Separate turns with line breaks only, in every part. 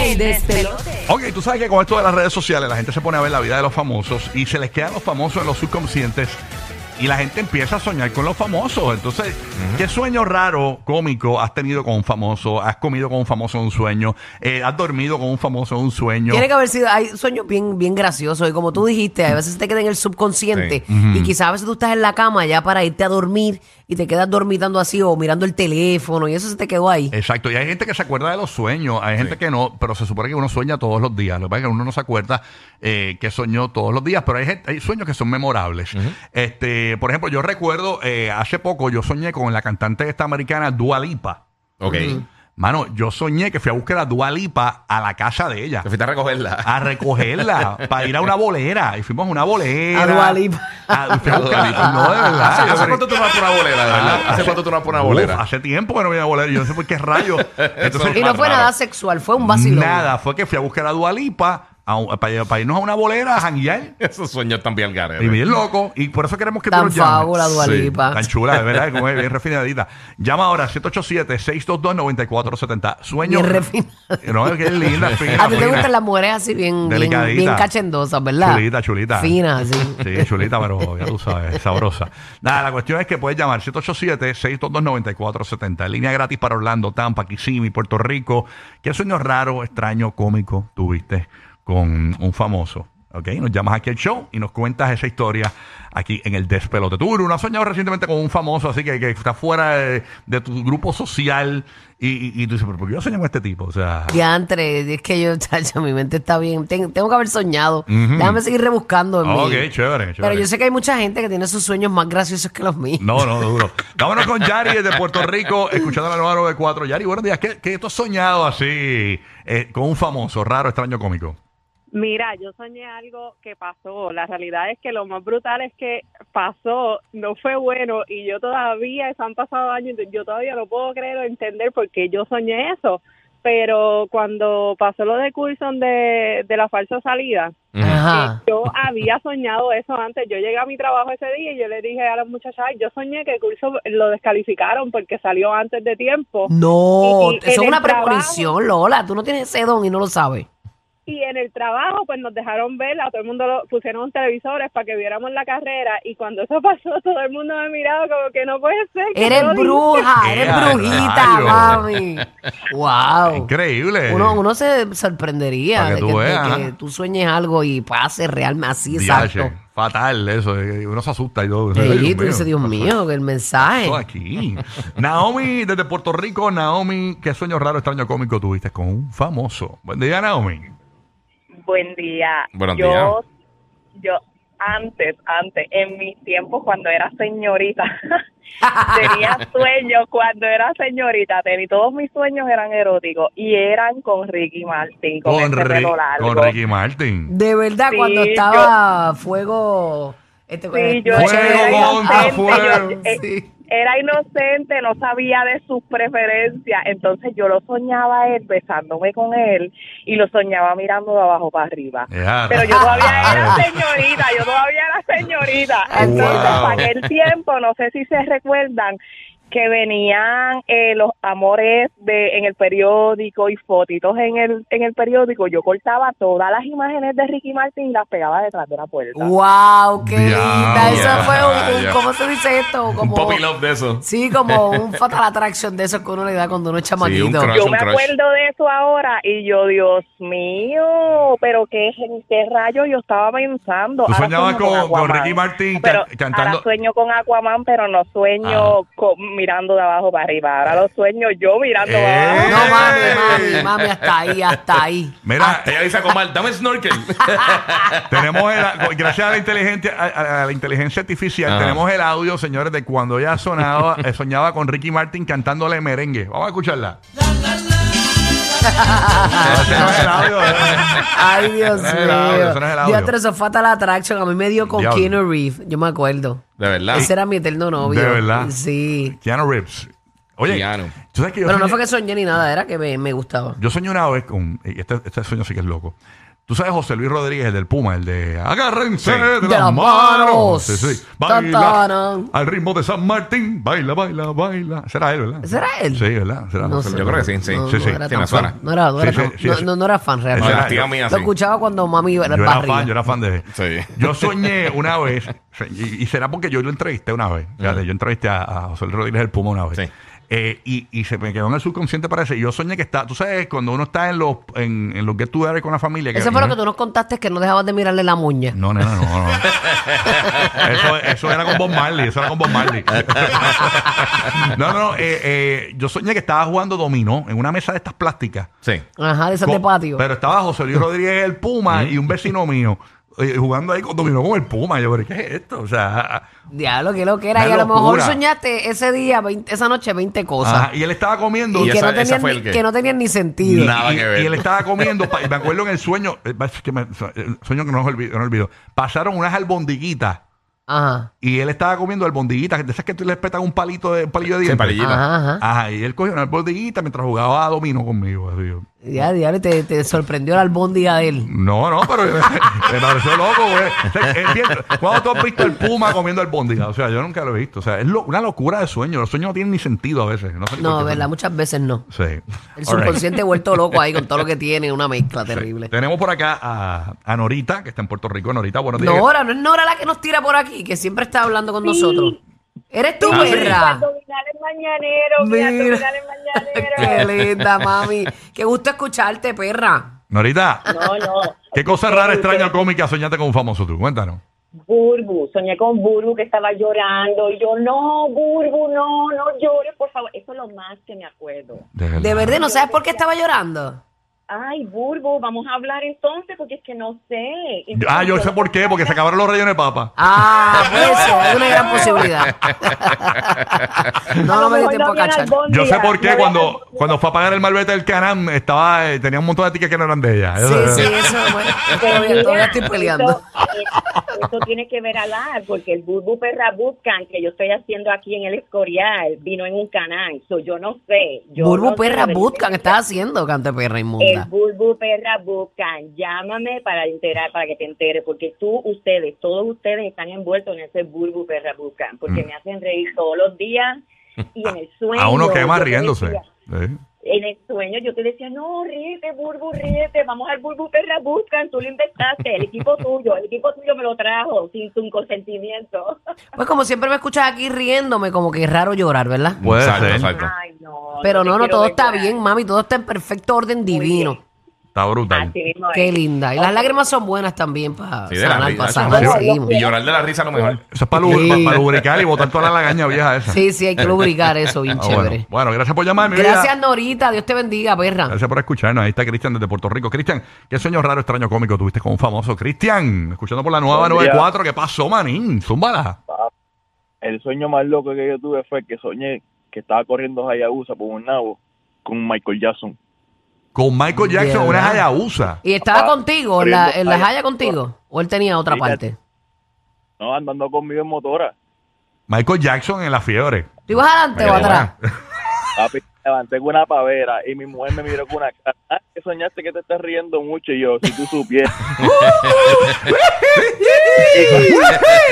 El despelote.
Ok, tú sabes que con esto de las redes sociales la gente se pone a ver la vida de los famosos y se les quedan los famosos en los subconscientes y la gente empieza a soñar con los famosos. Entonces, ¿qué sueño raro, cómico has tenido con un famoso? ¿Has comido con un famoso en un sueño? Eh, ¿Has dormido con un famoso en un sueño?
Tiene que haber sido, hay sueños bien, bien graciosos y como tú dijiste, a veces te queda en el subconsciente y quizás a veces tú estás en la cama ya para irte a dormir y te quedas dormitando así o mirando el teléfono y eso se te quedó ahí.
Exacto, y hay gente que se acuerda de los sueños, hay gente que no, pero se supone que uno sueña todos los días. Lo que pasa es que uno no se acuerda eh, que soñó todos los días, pero hay, gente- hay sueños que son memorables. este Por ejemplo, yo recuerdo eh, hace poco yo soñé con la cantante esta americana Dua Lipa.
Ok.
Mano, yo soñé que fui a buscar a Dua Lipa a la casa de ella.
Te fuiste a recogerla.
a recogerla para ir a una bolera y fuimos a una bolera
A Dua Lipa.
A- fui a buscar- no de verdad
¿Hace,
yo
hace
creo-
cuánto tú no vas por una bolera, de verdad? ¿Hace cuánto tú no vas por una
Uf,
bolera?
hace tiempo que no voy a bolera yo no sé por qué rayo
Y no fue
Raro.
nada sexual, fue un vacilón.
Eh, nada fue que fui a buscar a Dualipa para, irnos a una bolera a janguear
Esos sueños tan bien garete.
y bien loco y por eso queremos que tú
Tan
nos llames.
fábula, Dua
Sí,
Lipa.
Tan chula, de verdad, como es bien refinadita. Llama ahora 787-622-9470. Sueño.
Bien refinadita.
No, es que es linda, fina,
A ti te
buena.
gustan las mujeres así bien, bien,
Delicadita.
bien cachendosas, ¿verdad?
Chulita, chulita.
Finas, sí.
Sí, chulita, pero ya tú sabes, sabrosa. Nada, la cuestión es que puedes llamar 787-622-9470. Línea gratis para Orlando, Tampa, Kissimmee, Puerto Rico. ¿Qué sueño raro, extraño, cómico tuviste con un famoso? ¿Ok? Nos llamas aquí al show y nos cuentas esa historia aquí en el despelote. Tú, Bruno, has soñado recientemente con un famoso, así que, que está fuera de, de tu grupo social y, y- y tú dices, ¿pero por qué yo soñé con este tipo? O sea...
Diantre, es que yo, chacho, mi mente está bien. Ten- tengo que haber soñado. Déjame seguir rebuscando en mí.
Ok, chévere, chévere.
Pero yo sé que hay mucha gente que tiene sus sueños más graciosos que los míos.
No, no, duro. Vámonos con Yari desde Puerto Rico, escuchando la nueva 94. Yari, buenos días. ¿Qué, qué tú has soñado así eh, con un famoso, raro, extraño, cómico?
Mira, yo soñé algo que pasó. La realidad es que lo más brutal es que pasó, no fue bueno y yo todavía, se han pasado años, yo todavía no puedo creer o entender por qué yo soñé eso. Pero cuando pasó lo de Coulson de, de la falsa salida,
Mm.
eh,
Ajá.
yo había soñado eso antes. Yo llegué a mi trabajo ese día y yo le dije a las muchachas, "Ay, yo soñé que Coulson lo descalificaron porque salió antes de tiempo.
No,
Y- y
eso
en
es una
el trabajo.
premonición, Lola. Tú no tienes ese don y no lo sabes.
Y en el trabajo, pues nos dejaron ver, a todo el mundo lo, pusieron televisores para que viéramos la carrera. Y cuando eso pasó, todo el mundo me miraba como que no puede ser. que
Eres
yo lo dije.
bruja,
¡Eh,
eres
a
brujita,
rayos!
mami. Wow.
Increíble.
Oh. Uno, uno se sorprendería
Para que
de
tú
que, de
veas.
que tú sueñes algo y pase realmente así,
Diache,
exacto.
Fatal eso. eh, Uno se asusta y todo. Ay,
Sí, tú dices, Dios
¿qué pasó
mío, que el mensaje.
aquí. Naomi desde Puerto Rico. Naomi, ¿qué sueño raro, extraño, cómico tuviste con un famoso? Buen día, Naomi.
Buen día.
Buenos
yo,
días.
Yo antes, antes, en mis tiempos cuando era señorita, tenía sueños cuando era señorita, tenía todos mis sueños eran eróticos y eran con Ricky Martin, con, ese
Ri-
pelo largo.
con Ricky Martin.
De verdad,
Sí,
cuando estaba fuego. Este,
Sí, yo
Fuego
era
contra
inocente,
fuego.
yo- eh,
Sí.
era inocente, no sabía de sus preferencias, entonces yo lo soñaba a él besándome con él y lo soñaba mirando de abajo para arriba.
Ya,
Pero yo todavía era
rayos.
señorita, yo todavía era señorita. Entonces,
Wow.
para aquel tiempo, no sé si se recuerdan que venían eh, los amores de en el periódico y fotitos en el en el periódico. Yo cortaba todas las imágenes de Ricky Martin y las pegaba detrás de la puerta.
¡Wow! ¡Qué
Ya,
linda! Eso
ya,
fue un, un-
ya.
¿Cómo se dice esto?
Un
Como,
poppy love de eso.
Sí, como un fatal attraction de esos que uno le da cuando uno es
un
chamaquito.
crush.
Yo me
crush.
acuerdo de eso ahora y yo, Dios mío, pero qué, qué rayo yo estaba pensando.
Tú
Ahora
soñabas
sueño
con- con
Aquaman,
Ricky Martin
pero
can- cantando- Ah.
Ahora sueño con Aquaman, pero no sueño con- mirando de abajo para arriba. Ahora lo sueño yo mirando
Eh.
para abajo.
no, mami, mami,
¡Ey!
mami, hasta ahí, hasta ahí.
Mira,
Ah, Ella dice a Comar, dame snorkel.
Tenemos el, gracias a la inteligencia, a, a la inteligencia artificial,
Ajá.
tenemos el audio, señores, de cuando ella sonaba, eh, soñaba con Ricky Martin cantándole merengue. Vamos a escucharla. Ese no es el audio, ¿eh?
Ay, Dios
Ese no es el audio, ese no es el
mío.
audio.
Diantre, eso es fatal attraction. A mí me dio con
Diablo.
Keanu Reeves. Yo me acuerdo.
De verdad.
Ese era mi eterno novio.
¿De verdad?
Sí.
Keanu Reeves. Oye,
Keanu.
¿tú sabes que yo,
Pero no
soñé,
fue que soñé ni nada, era que me, me gustaba.
yo soñé una vez con. y Este, este sueño sí que es loco. Tú sabes, José Luis Rodríguez, el del Puma, el de Agárrense
Sí.
de,
De
las
las
manos.
manos.
Sí, sí.
Tan,
Baila
tan.
al ritmo de San Martín. Baila, baila, baila. Será él, ¿verdad?
¿Será él?
Sí, ¿verdad? Será
No
José
sé.
Luis
Yo creo que sí,
Rodríguez.
sí.
No,
Sí,
no
sí.
era
Sí,
tan
me suena.
fan. No era, no era
Sí, sí,
tan-
sí,
no-
sí.
no- no era fan
Ese
realmente.
No,
era-
la tía mía
Lo
sí.
escuchaba cuando mami
Yo era
barría.
fan, yo era fan de...
Sí.
Yo soñé una vez, y, y será porque yo lo entrevisté una vez. Fíjate, yo entrevisté a, a José Luis Rodríguez del Puma una vez.
Mm. Sí.
Eh, y, y se me quedó en el subconsciente parece. Yo soñé que está, tú sabes, cuando uno está en los en, en los get together con la familia. que-
Eso fue lo que tú nos contaste, que no dejabas de mirarle la muña.
No, nena, no, no. Eso, eso era con Bob Marley, eso era con Bob Marley. No, no, no. eh, eh, yo soñé que estaba jugando dominó en una mesa de estas plásticas.
Sí.
Ajá, de esas de
Con-
patio.
Pero estaba José Luis Rodríguez el Puma y un vecino mío eh, jugando ahí con dominó con el Puma. Yo, pero ¿qué es esto? O sea,
Diablo, que lo que era.
Una
Y a lo mejor
locura.
soñaste ese día, 20 esa noche, 20 cosas.
ajá, y él estaba comiendo.
Y,
Y
que,
esa-
no
esa
tenían
fue
ni,
el que-
que no tenían ni sentido.
Nada.
y,
que ver.
y él estaba comiendo, pa- y me acuerdo en el sueño, eh, es que me- el sueño que no olvido, no olvido, pasaron unas albondiguitas
Ajá.
y él estaba comiendo albondiguitas, de esas que tú le petas un palito de un palillo de
Sí,
dientes.
palillito.
Ajá, ajá.
Ajá, y él cogió una albondiguita mientras jugaba a dominó conmigo. así yo,
Ya, diablo, y te, te sorprendió la albóndiga de él.
No, no, pero me pareció loco, güey. O sea, es bien- ¿Cuándo tú has visto el puma comiendo albóndiga? O sea, yo nunca lo he visto. O sea, es lo- una locura de sueño. Los sueños no tienen ni sentido a veces. No, sé ni por
No,
qué
verdad,
son-
muchas veces no.
Sí.
El
All right.
subconsciente vuelto loco ahí con todo lo que tiene, una mezcla terrible.
Tenemos por acá a, a Norita, que está en Puerto Rico. Norita, buenos días.
Nora, no es Nora la que nos tira por aquí, que siempre está hablando con nosotros. Eres tú,
Ah, sí.
perra.
Abdominales mañaneros, mira,
Mira.
abdominales mañaneros.
Qué linda, mami. Qué gusto escucharte, perra.
Norita,
No, no.
¿qué cosa rara, extraña o cómica soñaste con un famoso tú? Cuéntanos.
Burbu, soñé con Burbu que estaba llorando y yo, no, Burbu, no, no llores, por favor. Eso es lo más que me acuerdo.
De verdad, ¿no sabes por qué estaba llorando?
Ay, Burbu, vamos a hablar entonces porque es que no sé. Entonces,
Ah, yo sé por qué, porque se acabaron los rellenos de papa.
Ah, puede ser, hay una gran posibilidad.
A
No, no
lo
me dio
mejor
tiempo a
no habían
cachar.
albóndigas,
Yo sé por
no
qué
habían
cuando,
albóndigas.
cuando fue a pagar el malvete del Canam, estaba, eh, tenía un montón de tickets que no eran de ella.
Sí, sí, eso bueno, todavía,
Mira,
todavía estoy peleando.
Eso, eso tiene que ver a la porque el Burbu Perra Bootcamp que yo estoy haciendo aquí en el Escorial vino en un canal. So, yo no sé. Yo
Burbu
no Eh,
perra
sé.
buscan, estás haciendo, cante perra
El
inmunda.
Burbu Perra Bootcamp. Llámame para enterar, para que te enteres, porque tú, ustedes, todos ustedes están envueltos en ese Burbu Perra Bootcamp, porque me hacen reír todos los días y en el sueño.
Mm. A uno
yo
quema
te
riéndose.
decía-
Sí.
en el sueño yo te decía, no, ríete, Burbu, ríete, vamos al Burbu Perra Buscan, tú lo inventaste, el equipo tuyo, el equipo tuyo me lo trajo sin tu consentimiento.
Pues como siempre me escuchas aquí riéndome, como que es raro llorar, ¿verdad?
Puede
Exacto,
ser.
exacto.
Ay, no.
Pero
te
no, no,
quiero
todo
ver
está
llorar.
bien, mami, todo está en perfecto orden divino.
Está brutal.
Así mismo es.
Qué linda. Y las lágrimas son buenas también para
Sí, de la
sanar,
risa.
para
eso
sanar.
es lo
seguimos.
mejor. Y llorar de la risa a lo mejor.
Eso es para, lu-
Sí.
pa- para lubricar y botar toda la lagaña vieja esa.
Sí, sí, hay que lubricar eso, bien
Ah, bueno.
chévere.
Bueno, gracias por llamar, mi vida.
Gracias, Norita. Dios te bendiga, perra.
Gracias por escucharnos. Ahí está Cristian desde Puerto Rico. Cristian, ¿qué sueño raro, extraño, cómico tuviste con un famoso? Cristian, escuchando por la nueva
Buen día.
94, ¿qué pasó, manín? Zúmbala.
el sueño más loco que yo tuve fue que soñé que estaba corriendo Hayabusa por un nabo con Michael Jackson.
Con Michael Jackson,
Yeah.
una Hayabusa.
¿Y estaba
Papá,
contigo, en la,
corriendo
en la
para-
jaya contigo? ¿O él tenía otra
Sí,
parte?
No, andando conmigo en motora.
Michael Jackson en la fiebre.
¿Tú ibas adelante o
Mira,
atrás?
Papi, me levanté con una pavera y mi mujer me miró con una cara. Ah, que soñaste que te estás riendo mucho. Y yo, si tú supieras.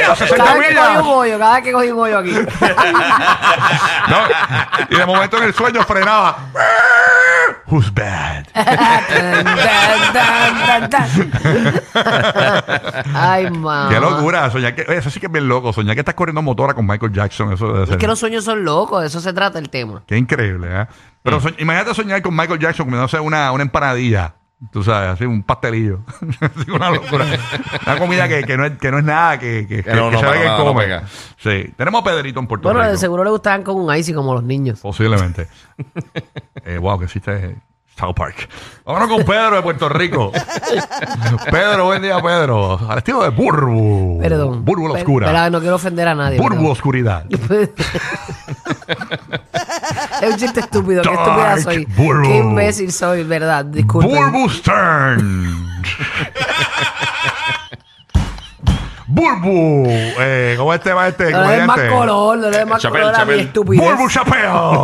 A 60
Cada vez que
millas.
cogí un bollo, cada vez que cogí un bollo aquí.
No, Y de momento en el sueño frenaba. Who's bad?
Tan, tan, tan, tan, tan. Ay, mamá.
Qué locura. Soñar que, eso sí que es bien loco. Soñar que estás corriendo motora con Michael Jackson. Eso debe
Es
ser.
que los sueños son locos, de eso se trata el tema.
Qué increíble, ¿eh? Pero soñ- imagínate soñar con Michael Jackson comiéndose una, una empanadilla. Tú sabes, así un pastelillo. Así una locura. una comida que, que no es, que no es nada que, que,
Que no,
que
no,
sabe
para
que
nada, no
come.
pega.
sí. Tenemos a Pedrito en Puerto
Bueno, de
Rico.
seguro le gustaban con un icy como los niños.
Posiblemente. Eh, wow, que existe South Park. Vámonos con Pedro de Puerto Rico. Pedro, buen día, Pedro. Al estilo de Burbu.
Perdón.
Burbu la
Per-
oscura.
espera, no quiero ofender a nadie.
Burbu
perdón.
oscuridad.
es un chiste estúpido. Qué
Dark
estúpida soy.
Burbu.
Qué imbécil soy, verdad. Disculpen.
Burbu Stern. Burbu. Eh, ¿Cómo este va este?
No le des más
comediante?
color, pues. no le des más
Chapel,
color a mi
Chapel.
estupidez.
Burbu Chapeo.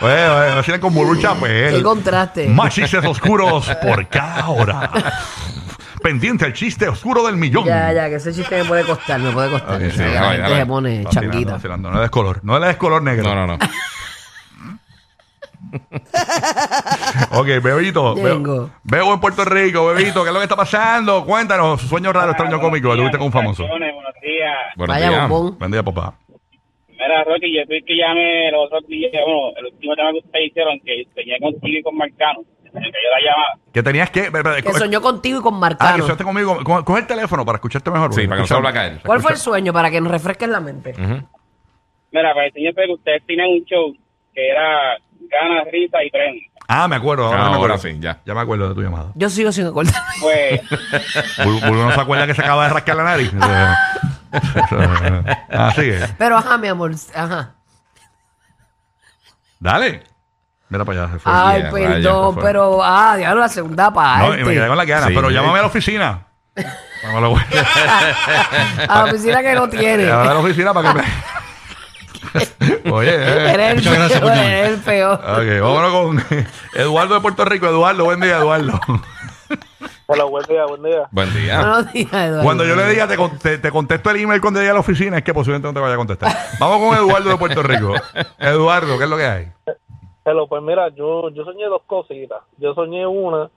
Oye, oye, así con Murucha, pues.
Qué contraste.
Más chistes oscuros por cada hora. Pendiente al chiste oscuro del millón.
Ya, ya, que ese chiste me puede costar, me puede costar.
Ok, sí,
La
dale,
gente
dale.
se pone
Está tirando,
changuita.
está tirando. No le des color. No le des color negro.
No, no, no.
Ok, bebito. Veo,
Tengo.
Bebo en Puerto Rico, bebito. ¿Qué es lo que está pasando? Cuéntanos. Sueño raro, extraño cómico. que Tuviste con un famoso.
Buenos días.
Buenos
Vaya
días.
bombón.
Buen día, papá.
Mira, Rocky, yo fui el que llamé los otros días, bueno, el último tema que ustedes hicieron, que tenía con Tulio y con Marcano, que yo la llamaba.
¿Qué tenías que...? Espera, espera,
Que
co-
soñó contigo y con
Ah, que
Marcano.
soñaste conmigo. Co- Coge el teléfono para escucharte mejor.
Sí,
porque
para que no se
escucha-
vuelva a caer.
¿Cuál fue el sueño para que nos refresquen la mente?
Mira, para el señor que ustedes tenían un show que era ganas, risa y premio.
Ah, me acuerdo. Ahora,
Ah,
me
ahora
acuerdo.
sí, ya.
Ya me acuerdo de tu llamada.
Yo sigo sin acordarme.
Pues,
Bul- Bul no se acuerda que se acaba de rascar la nariz. Ah, Así es.
Pero ajá, mi amor, ajá.
Dale. Mira para allá. se fue.
Ay,
yeah,
perdón,
vaya,
pero ah, diablo, la segunda
No, y
parte.
me quedé con la gana.
Sí.
Pero llámame a la oficina. Llámame a la-
A la oficina que no tiene.
Llámame a la oficina para que me... Oye, eh.
Eres el
Muchas gracias
peor,
por llamar.
eres el peor.
Ok, vámonos con Eduardo de Puerto Rico. Eduardo, buen día, Eduardo.
Hola, buen día, buen día.
Buen día.
Buenos días, Eduardo.
Cuando yo le diga, te, con- te- te contesto el email cuando llegue a la oficina, es que posiblemente no te vaya a contestar. Vamos con Eduardo de Puerto Rico. Eduardo, ¿qué es lo que hay?
Hello, pues mira, yo, yo soñé dos cositas. Yo soñé una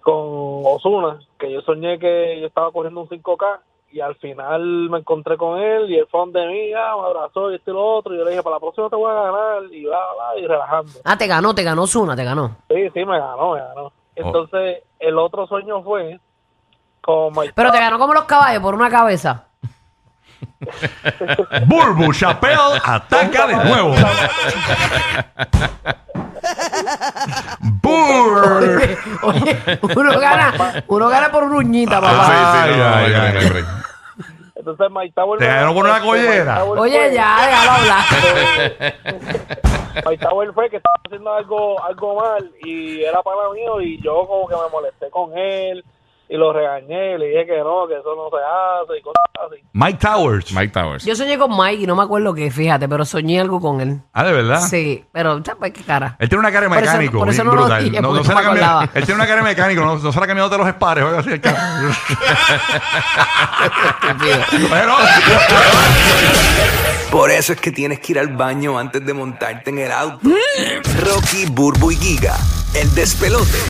con Osuna, que yo soñé que yo estaba corriendo un 5K y al final me encontré con él y el fue de mí, ah, me abrazó y esto y lo otro. Y yo le dije, para la próxima te voy a ganar y bla, bla, y relajando.
Ah, te ganó, te ganó Zuna, te ganó.
Sí, sí, me ganó, me
Oh.
ganó. Entonces, el otro sueño fue con Mike
Pero te ganó como los caballos por una cabeza.
Burbu Chapel ataca de nuevo. Burr.
Oye, oye, uno gana, uno gana por una uñita, papá.
Ay, ay, ay.
Entonces, Mike Tower
Te ganó por una collera.
Oye, ya, déjalo hablar.
Mike Tower fue que estaba haciendo algo, algo mal y era para mío y yo como que me molesté con él y lo regañé y le dije que no, que eso no se hace y cosas así.
Mike Towers.
Mike Towers.
Yo soñé con Mike y no me acuerdo qué, fíjate, pero soñé algo con él.
Ah, de verdad.
Sí, pero chapa, qué cara.
Él tiene una cara de
Por eso-
mecánico.
por eso
bien
no lo
brutal.
dije,
no,
porque
no se la
no me
cambió-
acordaba.
Él tiene una cara de mecánico, no, no se la ha cambiado de los espares. o algo así, el carro. Bueno,
Por eso es que tienes que ir al baño antes de montarte en el auto. Rocky, Burbu y Giga, el despelote.